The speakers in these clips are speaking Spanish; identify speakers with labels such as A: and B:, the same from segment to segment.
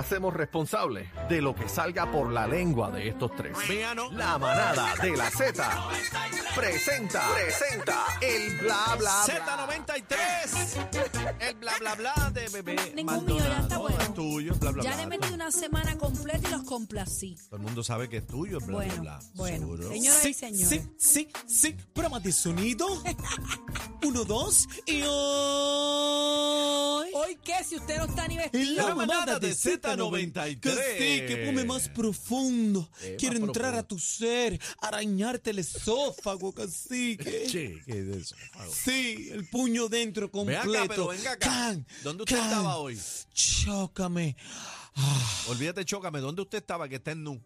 A: hacemos responsables de lo que salga por la lengua de estos tres.
B: Mía no.
A: La manada de la Z presenta, presenta el bla bla bla.
B: Z93. El bla bla bla de bebé.
C: Ningún mío, ya está
B: Maldonado.
C: bueno.
B: Es tuyo, el bla bla
C: Ya
B: bla.
C: le metí una semana completa y los complací.
B: Todo el mundo sabe que es tuyo, el bla
C: Bueno,
B: bla bla.
C: bueno.
B: Seguro.
C: Señor- Señoras y señores.
D: Sí, sí, sí. Broma de sonido. Uno, dos. Y hoy.
C: ¿Hoy qué? Si usted no está ni
D: En
C: vestido.
D: la
B: La manada
D: manada
B: de
D: de
B: Z93.
D: Z93. Que sí, que come más profundo.
B: Eh,
D: Quiero
B: más
D: entrar
B: profundo.
D: a tu ser, arañarte el esófago, cacique.
B: Che, ¿qué es eso?
D: Sí, el puño dentro
B: Ven
D: completo.
B: acá, pero venga acá.
D: Can,
B: ¿Dónde usted
D: can.
B: estaba hoy?
D: Chócame.
B: Olvídate, chócame. ¿Dónde usted estaba? Que está en nu.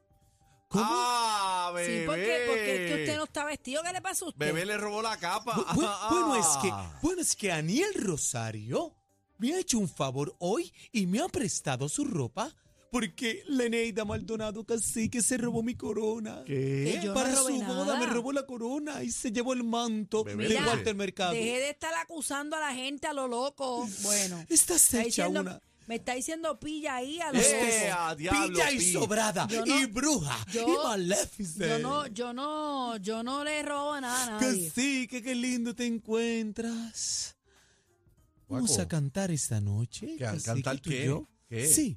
D: ¿Cómo?
B: Ah, bebé.
C: Sí, porque, porque es que usted no está vestido. ¿Qué le pasa a usted?
B: Bebé le robó la capa.
D: Bu- bu- bueno, es que, bueno, es que Aniel Rosario me ha hecho un favor hoy y me ha prestado su ropa porque Leneida Maldonado Cacique se robó mi corona.
C: Que yo no
D: Para
C: robé
D: su boda
C: nada.
D: me robó la corona y se llevó el manto
B: Bebé, pues.
D: de
B: Mira,
D: Walter Mercado.
C: Deje de estar acusando a la gente a lo loco. Bueno.
D: Estás
C: está
D: hecha
C: diciendo-
D: una
C: Me está diciendo pilla ahí a lo
B: Eh,
C: loco.
B: a diablo,
D: pilla y
B: pi.
D: sobrada
C: Yo no-
D: y bruja
C: yo-
D: y maléfica.
C: Yo no, yo no, yo no le robo nada a nadie.
D: Cacique, qué lindo te encuentras. Vamos
B: Guaco.
D: a cantar esta noche.
B: ¿Ca-
D: cacique,
B: cantar
D: tú y
B: qué?
D: yo.
B: ¿Qué?
D: Sí,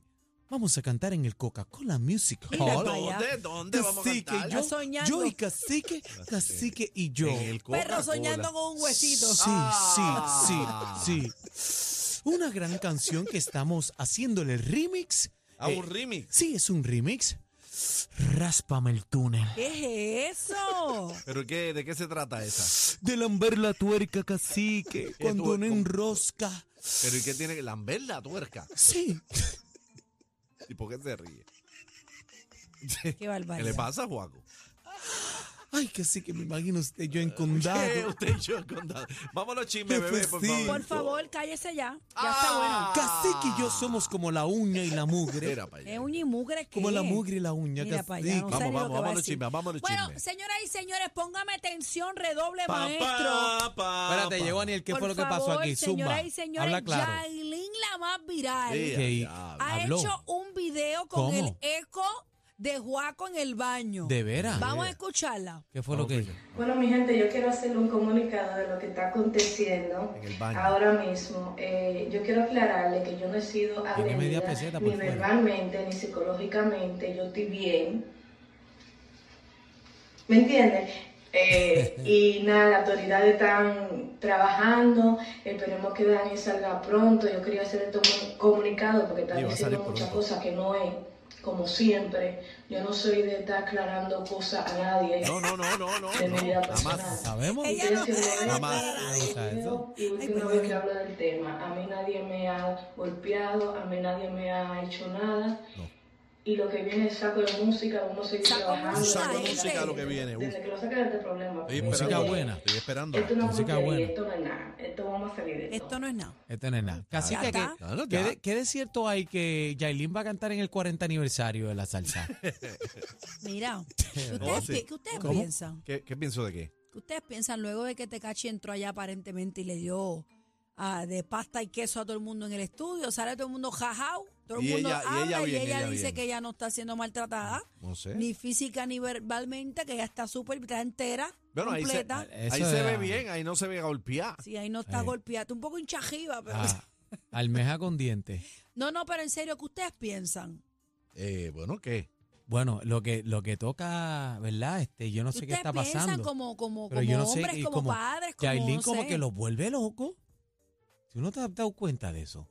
D: vamos a cantar en el Coca-Cola Music
C: Mira
D: Hall.
C: para allá.
B: ¿Dónde? ¿Dónde vamos a
D: Cacique,
B: cantar?
C: Está
D: yo,
C: soñando.
D: yo y Cacique, Cacique y yo.
B: En el Coca-Cola.
C: Perro soñando con un huesito.
D: Sí,
B: Ah.
D: sí, sí, sí. Una gran canción que estamos haciéndole el remix.
B: A
D: Eh,
B: Ah, un remix.
D: sí, es un remix. Ráspame el túnel.
C: ¿Qué es eso?
B: ¿Pero qué, de qué se trata esa?
D: De lamber la tuerca, cacique, cuando
B: tuer-
D: no
B: cómo-
D: enrosca.
B: ¿Pero y qué tiene que lamber la tuerca?
D: Sí.
B: ¿Y por qué se ríe?
C: Qué
B: ¿Qué le
C: barbaridad.
B: pasa, Juaco?
D: Ay, cacique, me imagino usted yo en
B: ¿Qué?
D: condado.
B: Usted y yo en condado. Vamos a los chismes,
D: Qué
B: bebé, por
D: festín.
C: Ah, Por
B: favor.
C: favor, cállese ya. Ya
B: Ah.
D: Cacique y yo somos como la uña y la mugre.
B: Era para
C: está bueno. Es
B: allá.
C: un imugre que
D: Como la mugre y la uña,
C: Mira para allá, no
D: cacique.
B: Vamos,
C: sé ni lo
B: vamos,
C: que voy a
B: vamos a los
C: decir.
B: chismes, vamos a los
C: Bueno,
B: chismes.
C: señoras y señores, póngame atención, redoble
B: Pa,
C: maestro.
B: pa, pa,
D: Espérate,
B: pa.
D: llegó Aniel, ¿qué
C: Por
D: fue lo que pasó
C: favor,
D: aquí? Zumba,
C: Señoras y señores,
D: habla claro.
C: Yailin, la más viral,
B: Sí,
D: Que
B: ya,
C: ha
D: habló.
C: hecho un video con
D: ¿Cómo?
C: el eco de Juaco en el baño.
D: ¿De veras?
C: Vamos a escucharla.
D: ¿Qué fue lo que
E: Bueno, mi gente, yo quiero hacerle un comunicado de lo que está aconteciendo
B: En el baño.
E: ahora mismo. Eh, yo quiero aclararle que yo no he sido
D: Tiene media
E: agredida
D: peseta por
E: ni
D: fuera.
E: verbalmente ni psicológicamente. Yo estoy bien. ¿Me entiendes? Eh, y nada, las autoridades están trabajando. Esperemos que Dani salga pronto. Yo quería hacer este comu- comunicado porque
B: Sí,
E: están
B: va a salir
E: diciendo muchas
B: pronto.
E: cosas que no es. Como siempre, yo no soy de estar aclarando cosas a nadie.
B: No, no, no, no, no.
E: De
B: no.
E: mi vida
B: Nada
E: personal.
B: más.
D: sabemos?
C: Ella
E: Ustedes
C: no-
E: que me
B: Nada
E: ven
B: más.
D: Ay, o sea, eso.
E: y última
C: Ay,
E: vez
C: perdón.
E: que hablo del tema, a mí nadie me ha golpeado, a mí nadie me ha hecho nada.
B: No.
E: Y lo que viene es saco de música, vamos a seguir
C: Saco
E: trabajando.
C: música, Saco
E: Desde-
C: de música
E: desde-
B: lo que viene,
E: Desde que lo saquen de este problema.
B: Estoy
E: porque
D: Música
B: esperando.
D: buena.
B: Estoy esperando.
E: Esto no es
D: música
E: música
D: buena.
E: esto no es nada, esto vamos a salir de esto.
C: Esto no es nada.
D: Esta Este nena. Cacique,
C: está.
D: ¿qué-
B: Claro,
D: ¿qué,
B: ya.
D: de- qué de cierto hay que Yailin va a cantar en el 40 aniversario de la salsa?
C: Mira, ¿qué
D: Oh,
B: No,
C: ustedes,
B: sí.
C: pi- qué ustedes
B: ¿Cómo?
C: piensan?
B: ¿Qué, ¿Qué pienso de qué?
C: ¿Qué ustedes piensan luego de que Tecachi entró allá aparentemente y le dio ah, de pasta y queso a todo el mundo en el estudio? Sale todo el mundo jajao, todo el
B: Y
C: mundo
B: ella- y ella
C: habla
B: bien,
C: y ella,
B: ella
C: dice
B: bien.
C: que ella no está siendo maltratada,
D: Ah,
B: No sé.
C: ni física ni verbalmente, que ella está súper, está entera,
B: Bueno, ahí se,
C: completa.
B: ahí
D: Eso
B: se
D: era-
B: ve bien, ahí no se ve golpeada.
C: Sí, ahí no está
D: Ahí.
C: golpeada, está un poco hinchajiva, pero...
D: eh. Ah, almeja con dientes.
C: No, no, pero en serio, ¿qué ustedes piensan?
B: Eh, bueno, ¿qué?
D: Bueno, lo que, lo que toca, ¿verdad? Este, yo no sé qué
C: ustedes
D: está
C: piensan
D: pasando.
C: como, como,
D: pero
C: como
D: yo no sé,
C: hombres,
D: y
C: como,
D: como
C: padres, como...
D: Yailin
C: no
D: como
C: sé.
D: que los vuelve loco. ¿Tú no te has dado cuenta de eso?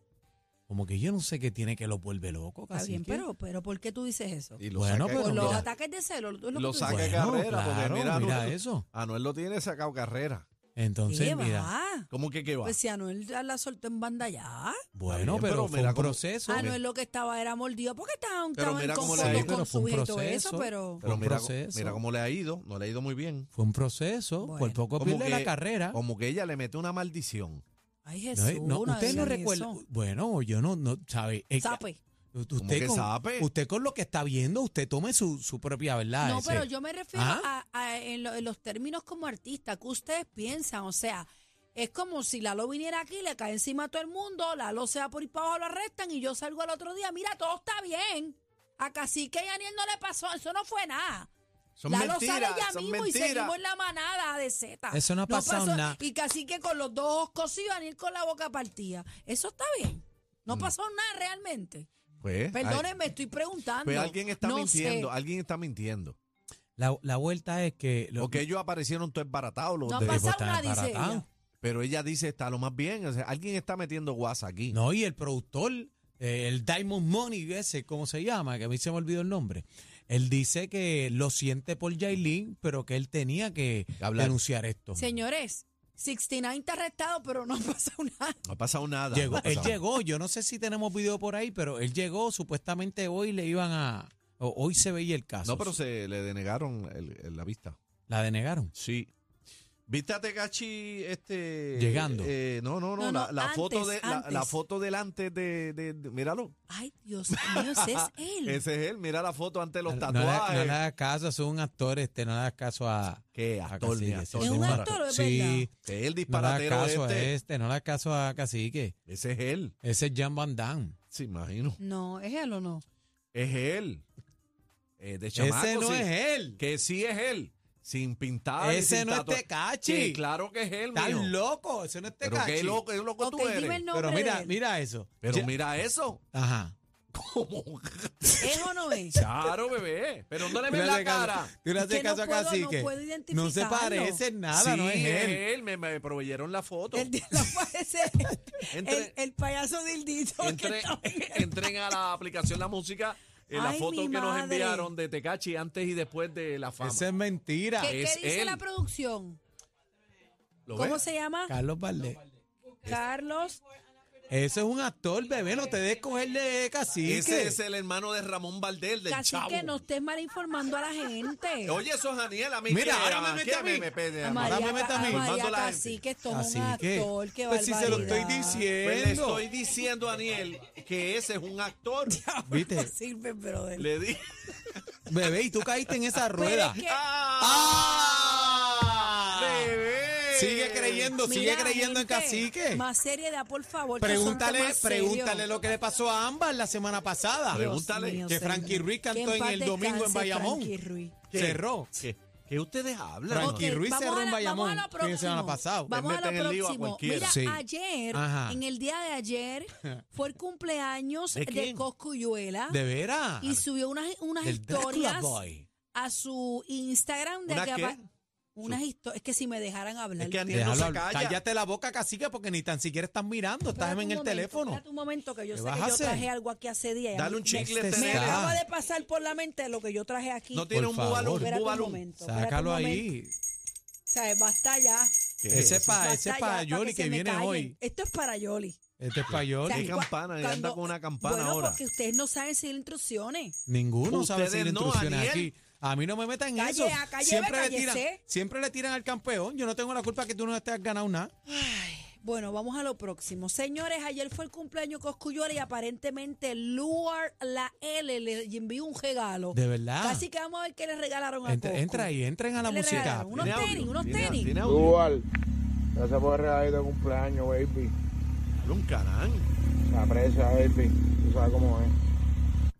D: Como que yo no sé qué tiene que los vuelve loco,
C: Está
D: casi.
C: bien, pero, pero ¿por qué tú dices eso?
B: Y lo
D: Bueno,
B: saca
D: pero
C: Por
B: con-
C: los
D: mira.
C: ataques de celo. es lo que
B: Lo
C: tú dices.
B: saca de carrera, porque mira,
D: mira
B: Anuel-
D: eso.
B: Anuel lo tiene sacado carrera.
D: Entonces,
C: ¿Qué
D: mira,
C: va?
B: ¿Cómo que qué va?
C: Pues si Anuel ya la soltó en banda ya.
D: bueno,
B: bien,
D: pero,
B: pero
D: fue
B: mira
D: un
B: cómo-
D: proceso.
C: Anuel lo que estaba era mordido porque estaba,
B: Pero
C: estaba
B: mira
C: en con
B: cómo le
C: fotos
B: ha ido.
C: con
D: Pero fue un
C: su hijo y todo
D: proceso.
C: eso, pero...
B: Pero
D: un
B: mira,
D: proceso.
B: mira cómo le ha ido, no le ha ido muy bien.
D: Fue un proceso, por
C: Bueno.
D: poco
B: Como
D: Pues pierde la
B: que-
D: carrera.
B: Como que ella le mete una maldición.
C: Ay,
D: No, eh,
C: Jesús,
D: no,
C: no
D: usted no
C: digan
D: recuerda. Eh,
C: eso.
D: Bueno, yo no, no sabe. es que-
C: Sape.
B: que
D: Usted con,
B: sabe?
D: usted con lo que está viendo, usted tome su, su propia verdad.
C: No,
D: ah, ese-
C: pero yo me refiero
D: ¿Ah?
C: a, a- en, lo- en los términos como artista, que ustedes piensan? O sea, Es como si Lalo viniera aquí, le cae encima a todo el mundo, Lalo se va por ir para abajo, lo arrestan y yo salgo al otro día. Mira, todo está bien. A Cacique y a Aniel no le pasó, eso no fue nada.
B: Son
C: Lalo sale
B: mentiras,
C: ya
B: son
C: mismo y
B: mentiras.
C: seguimos en la manada de Z.
D: Eso no ha pasado
C: pasó-
D: nada.
C: Y Cacique con los dos ojos cosidos, Aniel con la boca partida. Eso está bien.
D: Mm.
C: No pasó nada realmente.
B: Pues, ay,
C: Perdónenme, estoy preguntando.
B: pues alguien está
C: No
B: mintiendo,
C: sé.
B: alguien está mintiendo.
D: La, la vuelta es que... lo-
B: Porque ellos aparecieron todo embaratados, los
C: No ha
B: de-
C: pasado
D: votar
C: nada, dice
D: embaratado.
C: ella.
B: pero ella dice está lo más bien. O sea, alguien está metiendo guasa aquí.
D: No, y el productor, eh, el Diamond Money, ese, ¿cómo se llama? Que a mí se me olvidó el nombre. Él dice que lo siente por Jailin, pero que él tenía que
B: Hablar.
D: denunciar esto.
C: Señores, 69 está arrestado, pero no ha pasado nada.
B: No ha pasado nada. no
D: Llegó,
B: ha
D: él
B: pasado
D: llegó, yo no sé si tenemos video por ahí, pero él llegó, supuestamente hoy le iban a... o- hoy se veía el
B: nada.
D: caso.
B: No, pero se le denegaron el- el- la vista.
D: La denegaron.
B: Sí. ¿Viste a Tecachi este,
D: Llegando.
B: eh, no, no, no.
C: No,
B: la,
C: no,
B: la
C: antes,
B: foto de, la, la
C: antes.
B: foto delante de, de, de- Míralo.
C: Ay, Dios mío, ese es él.
B: Ese es él. Mira la foto antes de los
D: No, no le, no
B: tatuajes.
D: le hagas caso, es un actor, este, no le hagas caso a...
B: Qué
D: a
B: actor, ni
D: Cacique,
B: actor,
D: Ah, sí,
C: Es
B: ni
C: un
B: para-
C: actor, es
D: Sí,
B: Que el
D: no le hagas
B: disparatero
D: caso a
B: este.
D: este, no le hagas caso a Cacique.
B: Ese es él.
D: Ese es Jean Van Damme.
B: Se imagino.
C: No, ¿es él o no?
B: Es él. Eh, de chamaco,
D: Ese no
B: sí.
D: es él.
B: Que sí es él. Sin pintar. y
D: Ese
B: sin
D: no es
B: tatuaje.
D: Tecachi.
B: Sí, claro que es él,
D: Estás
B: mijo.
D: loco, ese no es
B: Pero
D: Tecachi.
B: qué loco, qué loco
C: Ok,
B: tú eres.
C: dime el nombre
D: Pero mira,
C: de él.
D: mira eso.
B: Pero
D: Ya-
B: mira eso.
D: Ajá.
B: ¿Cómo?
C: ¿Es o no es?
B: Claro, bebé. Pero no le ves la
D: haces caso-
B: cara.
D: Tú le haces
C: que no
D: caso a
C: puedo- no
D: Cacique.
C: puedo
D: No se
C: identificarlo.
D: parece en nada,
B: sí, eh,
D: no es él.
B: Me, me proveyeron la foto.
C: El, de- no puede ser.
B: Entre-
C: el, el payaso dildito. que
B: Entre-
C: está-
B: entren a la aplicación La Música, en la
C: Ay,
B: foto
C: mi
B: que nos
C: madre.
B: enviaron de Tecachi antes y después de la fama.
D: Eso es mentira.
C: ¿Qué, qué
B: es
C: dice
B: él.
C: la producción?
B: ¿Lo
C: ¿Cómo
B: ves?
C: se llama?
D: Carlos Valdés.
C: Carlos.
D: Eso es un actor, bebé. No te des cogerle Cacique.
B: Ese es el hermano de Ramón Valdés, del chavo.
D: Este
C: Cacique, no estés mal informando a la gente.
B: Oye, eso es Daniel, a mí
D: Mira,
B: que-
D: ahora me
B: ¿a
D: mete
B: qué
D: a mí?
B: pede?
C: A
D: Ahora
C: María,
D: me meta a mí.
C: a María
B: Formando la gente.
C: Cacique, esto es un
D: Cacique.
C: actor. Qué
D: Pues si se lo estoy
C: barbaridad.
B: Pues le
D: diciendo.
B: estoy diciendo a Daniel que ese es un actor.
D: ¿Viste?
C: No sirve, brother.
B: Le di.
D: Bebé, y tú caíste en esa
C: Pero
D: rueda.
C: Pues es que-
B: ¡Ah! ¡Bebé!
D: Sigue creyendo, sigue
C: Mira,
D: creyendo en
C: gente,
D: Cacique.
C: Más seriedad, por favor. que son
D: Pregúntale,
C: temas serios.
D: pregúntale lo que le pasó a ambas la semana pasada.
C: Dios
B: Pregúntale.
C: mío,
D: Que Frankie
C: señor.
D: Ruiz cantó
C: Que
D: en
C: paz
D: el domingo en
C: descanse
D: Bayamón.
C: Frankie Ruiz.
B: ¿Qué?
D: Cerró.
B: ¿Qué, qué ustedes hablan?
D: Frankie
C: Ok,
D: Ruiz
C: vamos
D: cerró
C: a
D: en
C: la-
D: Bayamón,
C: Vamos a lo
D: fin de semana
C: próximo.
D: pasado. pues
C: Vamos
B: Le
C: a lo
B: meten el lío a
C: próximo.
B: cualquiera.
C: Mira,
D: Sí.
C: ayer,
D: Ajá.
C: en el día de ayer, fue el cumpleaños
B: ¿De
C: de,
B: quién?
C: Coscuyuela
D: ¿De veras?
C: y subió unas, unas
D: Del Dracula
C: historias
D: Boy.
C: a su Instagram de
B: ¿Una
C: que
B: qué?
C: apa- unas historias. Es que si me dejaran hablar.
B: Es que Daniel no
D: Déjalo
B: se
D: hablar.
B: calla.
D: Cállate la boca, cacique, porque ni tan siquiera estás mirando. Estás
C: Espérate
D: en
C: un
D: el
C: momento,
D: teléfono.
C: espérate un momento que yo
D: ¿Qué
C: sé
D: vas
C: que
D: a
C: yo
D: hacer?
C: traje algo aquí hace días.
B: Dale un chicle
D: Este
B: este
C: Me
B: nene.
D: está-
C: acaba de pasar por la mente lo que yo traje aquí.
B: No tiene
D: Por
B: un bubalú,
D: favor.
B: un
C: Espérate un
B: bubalú.
C: momento. espérate un
D: Sácalo
C: momento.
D: ahí.
C: O sea, basta ya.
B: ¿Qué es
D: Ese es
B: eso?
D: para
C: Basta
D: ese es
C: ya,
D: para
C: para
D: Yoli que
C: se me
D: viene
C: callen.
D: hoy.
C: Esto es para Yoli.
D: Este es para
C: O sea,
B: ¿Qué
D: Yoli.
C: cua-
B: campana? Él anda con una campana
C: bueno,
B: ahora.
C: porque ustedes no saben seguir instrucciones.
D: Ninguno sabe
B: Ustedes
D: seguir
B: no,
D: instrucciones
B: Daniel.
D: aquí. A mí no me metan en
C: Calle,
D: eso.
C: a calle,
D: Siempre
C: ve,
D: le, tiran,
C: cállese.
D: siempre le tiran al campeón. Yo no tengo la culpa que tú no estés ganado nada.
C: Bueno, vamos a lo próximo. Señores, ayer fue el cumpleaños de Coscuyola y aparentemente Luar la L le envió un regalo.
D: De verdad.
C: Casi que vamos a ver qué le regalaron a
D: Entra,
C: Coscu.
D: entra ahí, entren a la
C: ¿Qué le
D: música.
C: regalaron? Unos
B: Tiene
C: tenis,
B: audio,
C: unos
B: tiene-
C: tenis.
B: tiene audio.
F: Dual, gracias por el regalito de cumpleaños, baby.
B: Un canán.
F: Se aprecia, baby. Tú sabes cómo es.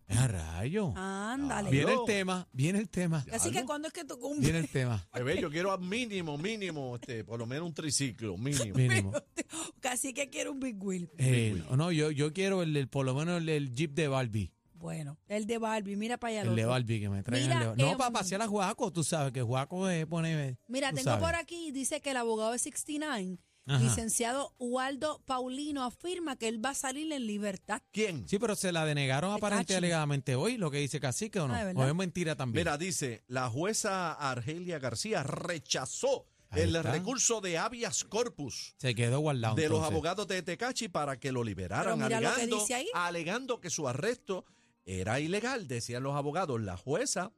D: A rayo.
C: Ah, Ándale.
D: viene
B: Aló.
D: el tema, viene el tema.
C: Así que cuando es que tú cumples.
D: Viene el tema.
B: Bebé, yo quiero a mínimo, mínimo, este, por lo menos un triciclo, mínimo.
D: Mínimo.
C: Casi que quiero un Big Wheel.
D: Eh, no, no, yo, yo quiero el, el- por lo menos el, el Jeep de Barbie.
C: Bueno, el de Barbie, mira para allá.
D: El de
C: otro.
D: Barbie que me traigan.
C: Mira,
D: el de- no,
C: em,
D: para pasear a Juaco, tú sabes que Juaco es pone.
C: Mira,
D: tú
C: tengo
D: sabes.
C: por aquí, dice que el abogado de 69,
D: Ajá.
C: licenciado Waldo Paulino, afirma que él va a salir en libertad.
B: ¿Quién?
D: Sí, pero se la denegaron
C: Te
D: aparentemente
C: cacho.
D: alegadamente hoy, lo que dice Cacique o no.
C: Ah, ¿de verdad?
D: o es mentira también.
B: Mira, dice, la jueza Argelia García rechazó
D: Ahí
B: el
D: está.
B: recurso de habeas corpus
D: se quedó guardado.
B: de los
D: entonces.
B: abogados de Tecachi para que lo liberaran,
C: Pero mira lo que
B: alegando,
C: dice ahí.
B: alegando que su arresto era ilegal, decían los abogados. La jueza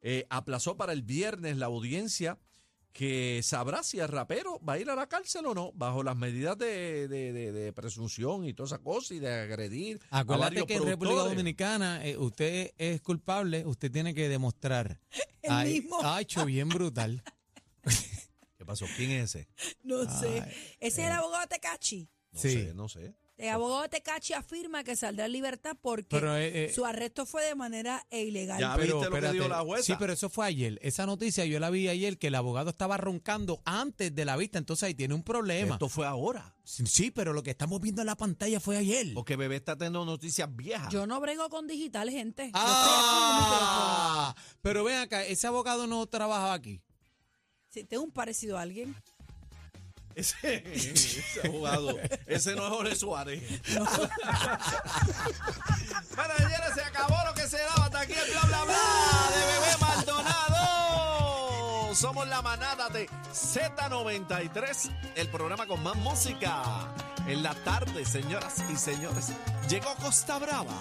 B: eh, aplazó para el viernes la audiencia que sabrá si el rapero va a ir a la cárcel o no, bajo las medidas de, de- de- de presunción y toda esa cosa y de agredir. a
D: Acuérdate
B: varios
D: que en República
B: productores.
D: Dominicana eh, usted es culpable, usted tiene que demostrar.
C: El
D: Ay,
C: mismo.
D: ha hecho bien brutal.
B: Qué ¿Qué pasó? ¿Quién es ese?
C: No sé.
D: Ay, eh.
C: Ese es el abogado de Tecachi.
B: No
D: Sí.
B: sé, no sé.
C: El abogado de Tecachi afirma que saldrá en libertad porque
D: Pero, eh, eh,
C: su arresto fue de manera ilegal.
B: Ya.
D: pero,
B: Ah, ¿Viste lo que
D: espérate.
B: dijo la jueza?
D: Sí, pero eso fue ayer. Esa noticia yo la vi ayer que el abogado estaba roncando antes de la vista, entonces ahí tiene un problema.
B: Esto fue ahora.
D: Sí, sí, pero lo que estamos viendo en la pantalla fue ayer.
B: Porque bebé está teniendo noticias viejas.
C: Yo no brego con digital, gente. Yo estoy aquí con mi teléfono.
D: Ah, pero ven acá, ese abogado no trabajaba aquí.
C: Si tengo un parecido a alguien.
B: Ese, ese abogado, ese no es Jorge Suárez. Bueno, señores, se acabó lo que se daba. Hasta aquí el bla, bla, bla de Bebé Maldonado. Somos la manada de Z93, el programa con más música. En la tarde, señoras y señores, llegó Costa Brava.